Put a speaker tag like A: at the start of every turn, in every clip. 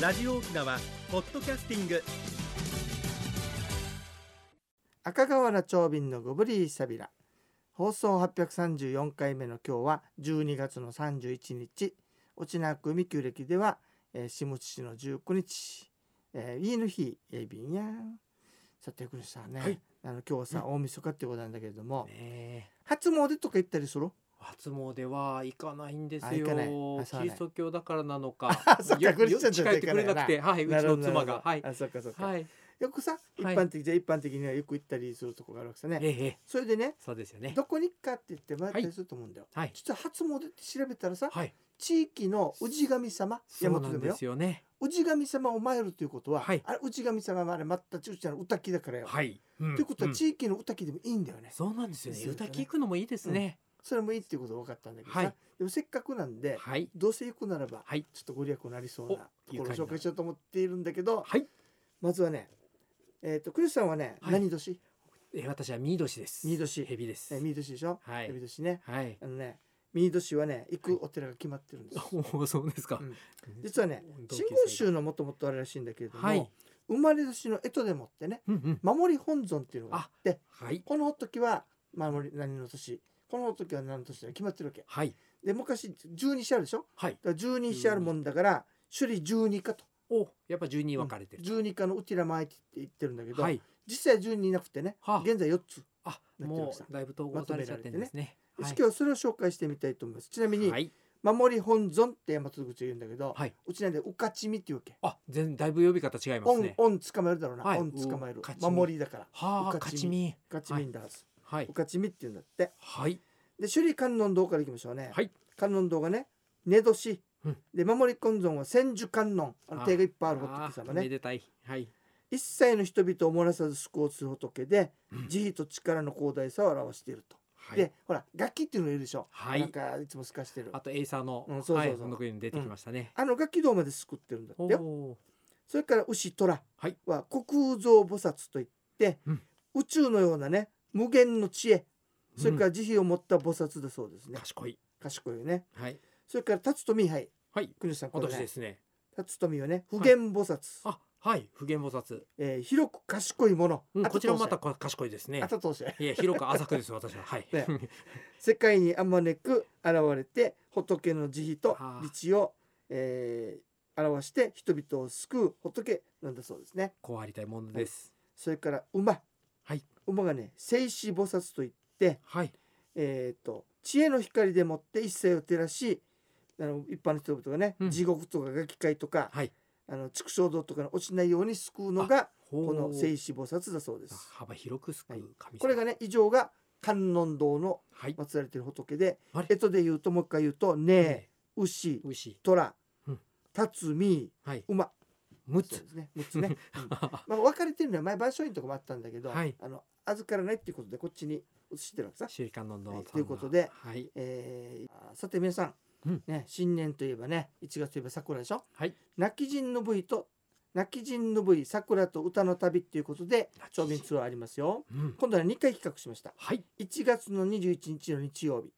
A: ラジオ沖縄ポッドキャスティング
B: 赤瓦長瓶のゴブリーサビラ放送834回目の今日は12月の31日沖縄区海旧暦では、えー、下地市の19日、えー、いいの日えいびんやさて国さんね、
C: はい
B: あの今日はさ、大晦日ってことなんだけれども、
C: ねえ
B: 初詣とか行ったりする
C: 初詣は行かないんです
B: あ行
C: よ。
B: かないあ
C: キ
B: そうなん
C: リ
B: や。
C: スト教だからなのか
B: そっか
C: よ
B: クリスチャンじ
C: よ
B: ゃ
C: く近寄ってくれなくて、はい、うちの
B: なるほ
C: 妻
B: ど
C: が、はい、
B: あそっかそっか、
C: はい、
B: よくさ一
C: はい
B: 般的、じゃ一般的にはよく行ったりするとこがあるわけさ
C: ええ
B: ね
C: ええ、
B: それでね
C: そうですよね。
B: どこに行くかって言って回ったりすると思うんだよ、
C: はい、
B: 実は初詣って調べたらさ、
C: はい、
B: 地域の氏神様
C: そ
B: 大
C: う
B: 和
C: なん
B: でも
C: で
B: よ
C: すよね。
B: 氏神様を参るということは、
C: はい
B: あれ氏神様はあれまたちうちの歌きだからよ、
C: はい、
B: ということは
C: ん
B: 地域の歌きでもいいんだよね、
C: そうなんですよ
B: で
C: ね。
B: すよ
C: 歌
B: ね
C: 聞くのもいいですね。
B: それもいいっていうことが分かったんだけどさ、
C: はい
B: でもせっかくなんで、
C: はい、
B: どうせ行くならば、
C: はい
B: ちょっとご利益になりそうな
C: お
B: ところ
C: 愉
B: を
C: 快な
B: 紹介しようと思っているんだけど、
C: はい、
B: まずはねえー、とクリスさんはね、
C: はい
B: 何年
C: えー、私はミードシです。
B: ミードシ
C: ヘビです
B: え。ー、ミード氏でしょ、
C: はい
B: ミード氏ね
C: はい。
B: あのねミード氏はね行くお寺が決まってるんです、
C: おお、そうですか
B: うん。実はね
C: 同
B: 真
C: 級生が
B: 言宗のもともとあれらしいんだけれども、
C: はい、
B: 生まれ年の干支でもってね
C: うんうん、
B: 守り本尊っていうのがあって
C: はい、
B: この時は守り何の年この時は何の年だ決まってるわけ
C: はい、
B: で昔12支あるでしょ
C: はい。
B: だから12支あるもんだから首里12かと
C: お、やっぱ十人分かれてる。
B: 12かのうちら巻いてって言ってるんだけど、
C: はい、
B: 実際12なくてね
C: はあ
B: 現在4つ、
C: あ、
B: なってるわ
C: も
B: けさ
C: うだいぶ統合されちゃってるんですね。
B: 今
C: はい
B: 日はそれを紹介してみたいと思いますちなみに、
C: はい、
B: 守り本尊って大和口が言うんだけど、
C: はいう
B: ちなんで「うかちみ」っていうわけ
C: あ、全だいぶ呼び方違い
B: 「
C: ま
B: お
C: す
B: ん
C: ね」。
B: おん捕まえるだろうな「
C: はい
B: おん捕まえる
C: うか」ちみ
B: 守りだから
C: はあ、
B: うか
C: 勝
B: ち
C: ち
B: み
C: み。
B: 「うかちみ」だはず
C: は
B: 「。
C: いう
B: かちみ」って言うんだって
C: はい。
B: で首里観音堂からいきましょうね、
C: はい。
B: 観音堂がね寝年、
C: うん
B: で守り根尊は千手観音あの
C: あ
B: 手がいっぱいある
C: あ
B: 仏
C: ー
B: 様
C: おめ
B: ね
C: でたい。はい。
B: 一切の人々を漏らさず救うする仏で、
C: うん
B: 慈悲と力の広大さを表していると、
C: はい
B: で。ほら楽器っていうのがいるでしょ、
C: はい
B: なんかいつも透かしてる
C: あとエイサーの、
B: うんそうそうそう
C: はい、本国に出てきましたね。
B: あの楽器道まで救ってるんだってよ
C: おお。
B: それから牛虎
C: はい
B: は国蔵菩薩といって、
C: うん、
B: 宇宙のようなね無限の知恵それからら慈悲を持った菩薩だそうです
C: うん
B: ね、
C: 賢い。
B: 賢いよね
C: はい。
B: それから辰富はい
C: はい。
B: 国吉さんこれ、
C: 私
B: ね
C: で、すね。
B: 辰富はね普
C: い
B: 賢菩薩、
C: あ、はい。普賢菩薩。
B: えー広く賢いもの、
C: うん、
B: あと
C: こちらも
B: 当
C: ま
B: 社
C: たこ賢いですね
B: あ。と当社
C: いや、広く浅くです。 私は。はい。
B: ね世界にあまねく現れて仏の慈悲と
C: あー
B: 理知を、えー表して人々を救う仏なんだそうですね
C: こうありたいものです。
B: それから馬、
C: はい
B: 馬がね聖子菩薩といって、
C: はい。
B: えー、と知恵の光でもって一切を照らしあの一般の人々がね、
C: うん
B: 地獄とか餓鬼界とか、
C: はい。
B: あの畜生道とかに落ちないように救うのが
C: ほ
B: こ
C: う
B: の聖子菩薩だそうです。
C: 幅広く救う神様。
B: これがね以上が観音堂の
C: はい。
B: 祀られている仏で
C: あれ
B: えとで言うともう一回言うと「ねえ、牛
C: 美味しい。
B: 虎
C: うん
B: 辰巳
C: はい。
B: 馬」
C: 六
B: そう
C: つ
B: で。すね6つね、うん
C: は
B: まあ、分かれてるのは前番書院とかもあったんだけど、
C: はい
B: あの預からないっていうことでこっちに移してるわけさ、
C: 週刊のノートの、
B: はいということで
C: はい
B: えーあーさて皆さん、
C: うん
B: ね、新年といえばね1月といえば桜でしょ
C: はい
B: 泣き人の部位と泣き人の部位桜と歌の旅っていうことで
C: 泣き
B: 長
C: 人
B: 瓶ツアーありますよ
C: うん
B: 今度は2回企画しました
C: はい
B: 1月の21日の日曜日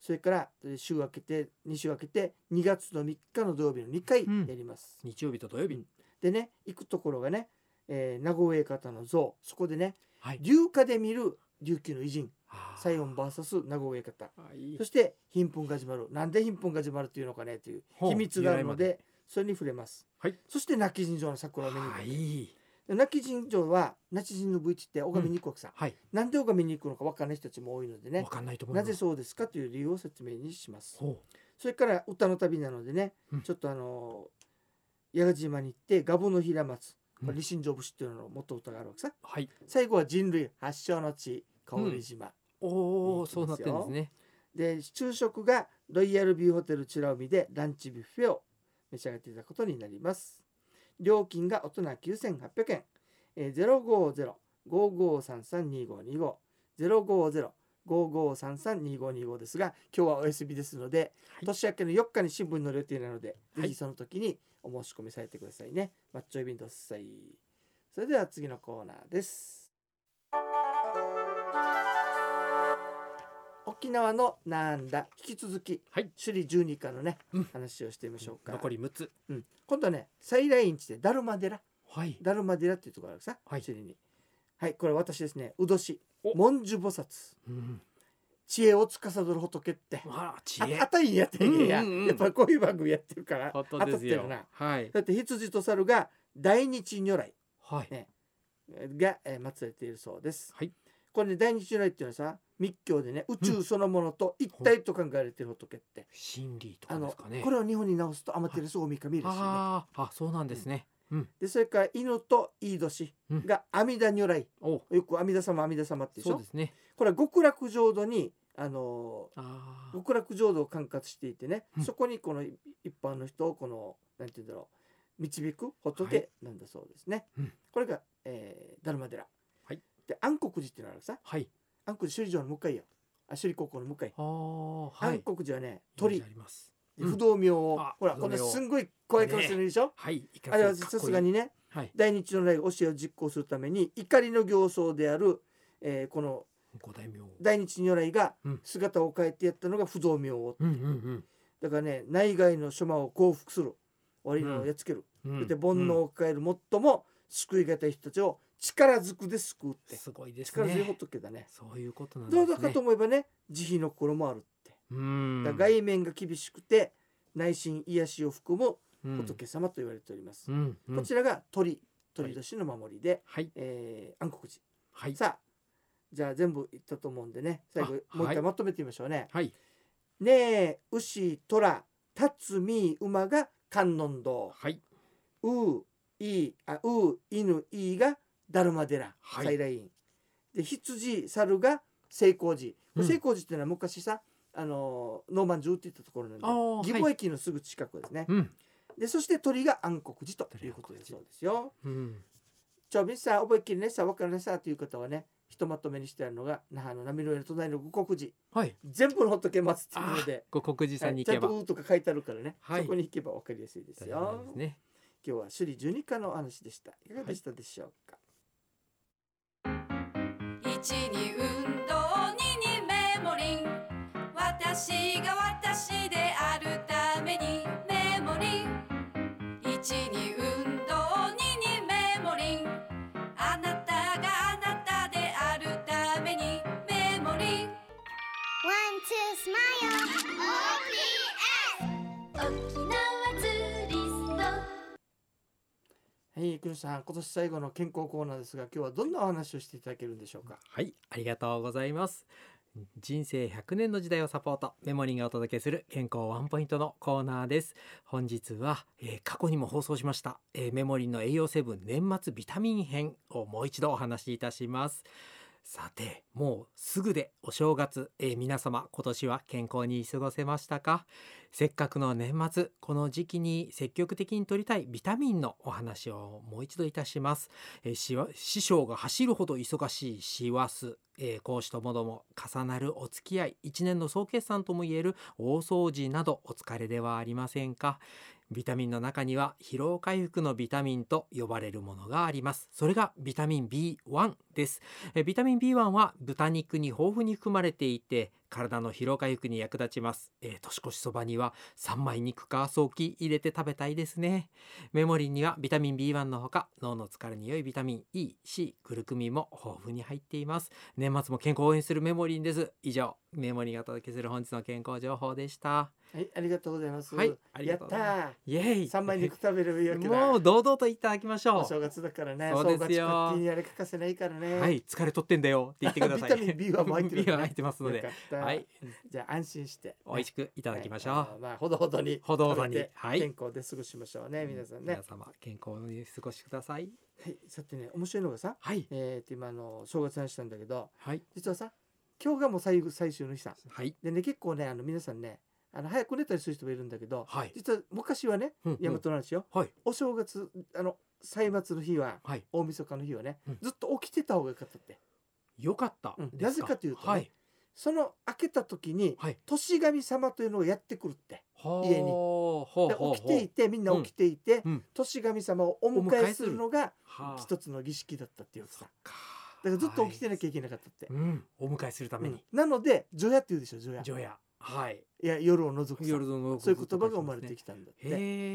B: それからえー週明けて2週明けて2月の3日の土曜日の2回
C: うん
B: やります、
C: 日曜日と土曜日、
B: うんでね行くところがね、えー名護上方の像そこでね
C: はい
B: 流下で見る琉球の偉人
C: あー
B: 西ン VS 名護上方
C: はい
B: そして貧富が始まるなんで貧富が始まるというのかねという
C: ほう
B: 秘密があるの
C: 由
B: でそれに触れます、
C: はい
B: そして泣き人城の桜を見に行く、
C: はい
B: で泣き人城は泣き人の V って言って拝みに行くわけさ、
C: はい
B: なんで拝みに行くのか分からない人たちも多いのでね
C: わかんないと思い
B: な
C: ます
B: ぜそうですかという理由を説明にします
C: ほ
B: それから歌の旅なのでね、
C: うん
B: ちょっとあの八ヶ島に行ってガボの平松
C: うん
B: これ理心城節っていうのの元歌があるわけさ
C: うはい
B: 最後は人類発祥の地香織島、
C: お
B: いい
C: お
B: です
C: そ
B: よ
C: うなってるんですね
B: で昼食がロイヤルビューホテル美ら海でランチビュッフェを召し上がっていただくことになります料金が大人9800円、えー、050-55332525 050-55332525ですが今日はお休みですので、
C: はい
B: 年明けの4日に新聞に載る予定なので、
C: はい
B: ぜひその時にお申し込みされてくださいねマッチョイビンドッサイそれでは次のコーナーです沖縄のなんだ引き続き、
C: はい
B: 首里12巻のね、
C: うん
B: 話をしてみましょうか
C: 残り六つ。
B: うん、今度はね再来院地でダルマ寺
C: はい。
B: ダルマ寺っていうところがあるさ、
C: はい
B: 首里にはいこれ私ですね宇土市
C: お
B: 文殊菩薩
C: うん。
B: 知恵を司る仏って
C: あら、知
B: あ
C: 恵。
B: あたいんやってんや、
C: うんうんうん
B: やっぱこういう番組やってるから
C: 本当
B: 当たっ
C: で
B: て
C: す
B: る
C: よ
B: な。
C: はい。
B: だって羊と猿が大日如来
C: はい
B: ね。が、えー祀られているそうです。
C: はい
B: これね大日如来っていうのはさ密教でね宇宙そのものと一体と考えられている仏って、
C: 心理と
B: あ
C: かで
B: の
C: すかね。
B: これを日本に直すとアマテラスオオミカミですよね。
C: ああ、あ、そうなんですね。うん。
B: でそれから犬とイードシが阿弥陀如来
C: お、
B: よく阿弥陀様阿弥陀様ってでし
C: そう
B: ょ
C: ですね。
B: これは極楽浄土にあのー
C: ああ。
B: 極楽浄土を管轄していてね、
C: うん
B: そこにこの一般の人をこのなんて言うんだろう導く
C: は
B: 仏なんだそうですね。
C: うん
B: これが、えー、ダルマ寺。
C: はい
B: で安国寺っていうのがあるさ
C: はい。
B: 安国寺首里城の向かいよあ首里高校の向かい、
C: ああ、はい。
B: 安国寺はね
C: イメー
B: 鳥
C: ジあります。うん
B: 不動明を、
C: あ
B: ほら
C: 不
B: こ
C: 動
B: んな
C: 明王
B: すんごい怖い顔してるでしょ、
C: はい。いか
B: あれは
C: せる
B: さすが。にね
C: かっこいいはい。
B: 大日の来が教えを実行するために怒りの行僧である、えーこの
C: 五大名。う
B: 大日如来が
C: うん
B: 姿を変えてやったのが不動明王
C: んうん
B: だからね内外の諸魔を降伏する悪いのをやっつける、
C: うん。う
B: そ
C: ん
B: して煩悩。を抱える最も救い難い人たちを力ずくで救うっ
C: うん
B: て、
C: すごいです
B: 力強い
C: ね。
B: 仏だね
C: そういうことなんです
B: ど
C: ね。
B: うだかと思えばね慈悲の心もあるって、
C: うん。
B: だから外面が厳しくて内心癒しを含む
C: うん
B: 仏様と言われております、
C: うん。うん
B: こちらが鳥鳥年の守りで、
C: はい。
B: えー暗黒寺
C: はい。
B: さあじゃあ全部言ったと思うんでね最後
C: あ
B: も
C: は
B: う一回
C: い
B: まとめてみましょうね。
C: はい。
B: ねえ牛虎辰巳馬が観音堂
C: はい。
B: ういいあう犬いいがダルマ寺
C: はい
B: 再来院、で羊猿が成功寺
C: うん
B: 成功寺っていうのは昔さ、あのーノーマン寺って言ったところなんで
C: あー
B: 義母
C: はい
B: 駅のすぐ近くですね、
C: うん。
B: でそして鳥が暗黒寺ということだそうですよ。
C: うん。
B: ちょびさ覚えきりねさわからねさという方はねひとまとめにしてあるのが那覇の波の上の隣の五国寺
C: はい。
B: 全部の仏祀っていう
C: あ
B: ので、
C: あ、ご国寺さん
B: はい
C: に
B: ち
C: 行
B: ゃ
C: け
B: んと
C: ば。
B: 「う」とか書いてあるからね、
C: はい
B: そこに行けばわかりやすいです
C: 大丈夫
B: よ
C: なんですね。
B: 今日は首里十二課のお話でしたいかがでしたでしょうか、
D: 一に運動二にメモリン私が私であるためにメモリン一に運動二にメモリンあなたがあなたであるためにメモリン
E: One, two, smile. OPS! 沖縄ツーリスト。
B: はい、くるさん今年最後の健康コーナーですが今日はどんなお話をしていただけるんでしょうか
C: はい、ありがとうございます。人生100年の時代をサポート、メモリーがお届けする健康ワンポイントのコーナーです。本日は、えー過去にも放送しました、えーメモリーの栄養成分年末ビタミン編をもう一度お話しいたします。さて、もうすぐでお正月、えー皆様今年は健康に過ごせましたかせっかくの年末、この時期に積極的に取りたいビタミンのお話をもう一度いたします。えーしわ師匠が走るほど忙しい師走、えー講師ともども重なるお付き合い一年の総決算ともいえる大掃除などお疲れではありませんかビタミンの中には疲労回復のビタミンと呼ばれるものがありますそれがビタミン B1 ですえービタミン B1 は豚肉に豊富に含まれていて体の疲労回復に役立ちます、えー年越しそばには三枚肉かソーキ入れて食べたいですねメモリンにはビタミン B1 のほか脳の疲れに良いビタミン E、C、グルクミンも豊富に入っています。年末も健康を応援するメモリンです。以上、メモリンがお届けする本日の健康情報でした。
B: はいありがとうございます、
C: はいあり
B: や
C: が
B: っ
C: とうございます
B: た
C: イエー
B: ー
C: イ
B: 三枚肉食べればいいわけだ
C: もう堂々といただきまし
B: お
C: ょ
B: 正月だからね
C: そうですよ
B: 正月パッティーにあれ欠かせないから
C: う。
B: ね
C: はい、疲れとってんだよって言ってください。
B: ビタミン B1 も入ってる
C: B は入ってますの
B: よか
C: で。
B: った、
C: はい、
B: じゃあ安心して、
C: 美味しくいただきましょう。
B: はいあのまあほどほどに
C: ほどほどに
B: 食べて
C: はい
B: 健康で過ごしましょうね皆さんね
C: 皆。様、健康に過ごしください。
B: はい。さてね面白いのがさ、
C: はい。
B: えっと今あの正月の話したんだけど、
C: はい。
B: 実はさ今日がもう最後最終の日さ。
C: はい。
B: でね結構ねあの皆さんねあの早く寝たりする人もいるんだけど、
C: はい。
B: 実は昔はね
C: うんうん
B: 大和なんですよ。
C: はい。
B: お正月あの歳末の日は
C: はい。
B: 大晦日の日はね、
C: うん
B: ずっと起きてた方がよかったって。
C: よかった
B: うん
C: です
B: なぜかというとね
C: はい。
B: その明けた時に
C: はい。
B: 年神様というのをやってくるって。
C: 家
B: に
C: ほ
B: で
C: うほう
B: 起きていてみんな起きていて、
C: うんうん
B: 年神様をお迎えするのが
C: はあ
B: 一つの儀式だったっていう
C: そ
B: さ
C: っか
B: からずっと起きてなきゃいけなかったって、
C: うん、お迎えするため
B: うん
C: に、
B: なので除夜って言うでしょ除夜
C: 除夜はい
B: いや夜を除くさ
C: 夜の
B: そういう言葉が生まれて
C: き
B: きたんだって
C: へ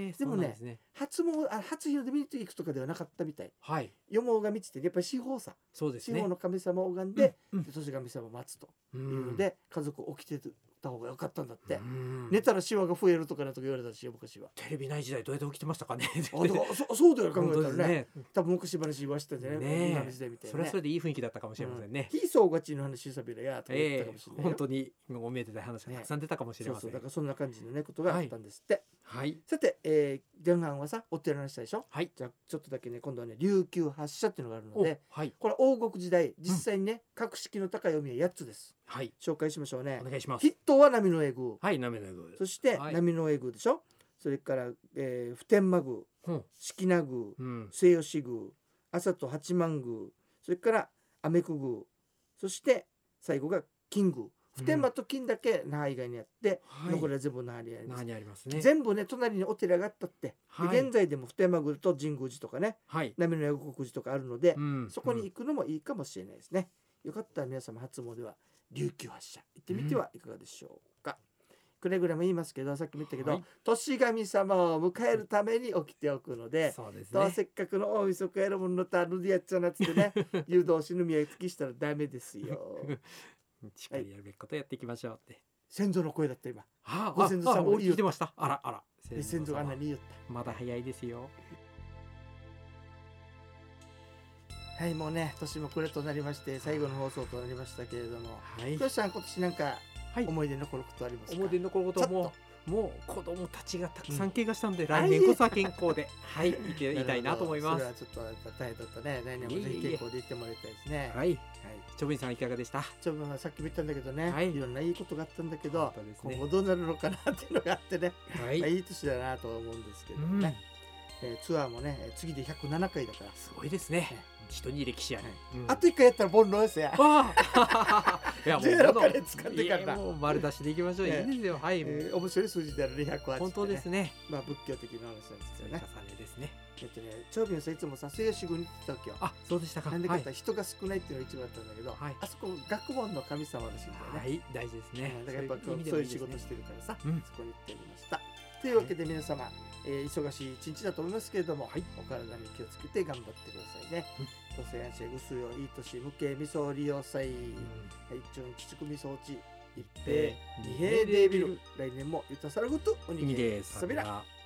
C: え
B: でも
C: そう
B: ね
C: なんですね
B: 初詣あ初日の出見に行くとかではなかったみたい
C: はい
B: 予謀が満ちてやっぱり司法さ
C: そうです
B: 司
C: ね
B: 法の神様を拝んで、
C: うんうん
B: で年神様を待つと
C: う
B: いうんので、家族起きてた方が良かったんだって、
C: うん
B: 寝たらシワが増えるとかなんとか言われたし 昔は。
C: テレビない時代どうやって起きてましたかね
B: あだからそそうだよ考えたら
C: 本当
B: ね
C: です
B: 多分昔話言わしてたんじゃない
C: ねえ
B: 今の時代みたい
C: それ
B: な、ね。
C: はそれでいい雰囲気だったかもしれませんね、
B: 非総合地の話さびらやとか言ってた
C: え
B: かもしれ
C: え
B: ないよ、
C: 本当におめでたい話がたくさん出たかもしれ
B: そう
C: ませ
B: そ
C: ん、
B: うだからそんな感じのねことがあったんですって、
C: はい
B: さて、えー、前半はさお寺の話したでしょ
C: はい
B: じゃあちょっとだけね今度はね琉球発射っていうのがあるの
C: お
B: で
C: はい
B: これは王国時代実際にね、格式の高い読みは8つです
C: はい
B: 紹介しましょうね
C: お願いします
B: 筆頭は波の絵宮
C: はいなめなぐ
B: そして
C: はい
B: 波の絵宮でしょそれから、えー、普天間宮
C: うん
B: 式名宮
C: うん
B: 西予市宮朝と八幡宮それから雨久宮そして最後が金宮普天間と金だけ那覇以外にあって、
C: はい
B: 残りは全部那覇にあります、
C: 何ありますね
B: 全部ね隣にお寺があったって、
C: はい
B: で現在でも普天間宮と神宮寺とかね
C: はい
B: 波の横国寺とかあるので、
C: うん
B: そこに行くのもいいかもしれないですね、よかったら皆様初詣は琉球発車行ってみてはいかがでしょうか、くれぐれも言いますけどさっきも言ったけど、
C: はい
B: 年神様を迎えるために起きておくの
C: う
B: で
C: ん、そうです
B: どう
C: ね
B: せっかくの大晦日やるものたるでやっちゃなっつっ てね誘導しぬ見合いつきしたらダメですよ
C: しっかりやるべきことやっていきましょうって、
B: 先祖の声だった今
C: ああ
B: ご先祖様
C: ああ
B: 降りよ
C: 聞いてましたあらあら
B: で先祖があんなに言いよった
C: まだ早いですよ
B: はいもうね年も暮れとなりまして最後の放送となりましたけれども
C: はい
B: ひとしさん今年なんか
C: はい
B: 思い出に残ることありますか、
C: 思い出に残ることは
B: ちょ
C: も
B: っ
C: うもう子供たちがたくさ
B: うんん
C: 怪我したので、
B: あ
C: 来
B: いえ
C: 年こそは健康で はいいけいたいなと思いま
B: そ
C: す
B: れはちょっとやっぱ大変だったね来年もぜひ健康でいってもらいたいですね
C: はい、はい、チョビンさんいかがでした
B: ちょっとまあさっきも言ったんだけどね、
C: はい
B: い、ろんないいことがあったんだけど、
C: 本当ですね
B: 今後どうなるのかなっていうのがあってね、、
C: はい
B: いい年だなとは思うんですけど
C: う
B: ね、
C: ん、
B: えーツアーもねえー次で107回だから、
C: すごいですね
B: ね
C: 人に歴史やね、うん
B: あと1回やったら煩悩ですよ
C: ああ いやもう
B: 16カレー使ってから
C: いやもう丸出しでいきましょう、
B: ね
C: いいですよはい、
B: えー面白い数字であるね108って、ね、
C: 本当ですね
B: まあ仏教的な話なんですけ
C: 積
B: ど
C: み重
B: ね
C: ねですね
B: えっとね長瓶さんいつもさ聖子宮に行ってたわけよ
C: あそうでしたか
B: なんでかっ
C: は
B: て言ったら人が少ないっていうのが一番だったんだけど、
C: はい
B: あそこ学問の神様らしいんだよね、
C: い、はい、大事ですね
B: うんだからやっぱこうそういう仕事してるからさ、
C: うん
B: そこに行ってみましたというわけで皆様、えー忙しい一日だと思いますけれども、
C: はい
B: お体に気をつけて頑張ってくださいね
C: うん。
B: 女性安心ぐすよいい年無形未相利用祭一丁にちくみ装置一平二平デービル来年もゆたさることお
C: 意
B: に
C: 味
B: ぎり
C: です
B: さびら
C: さよなら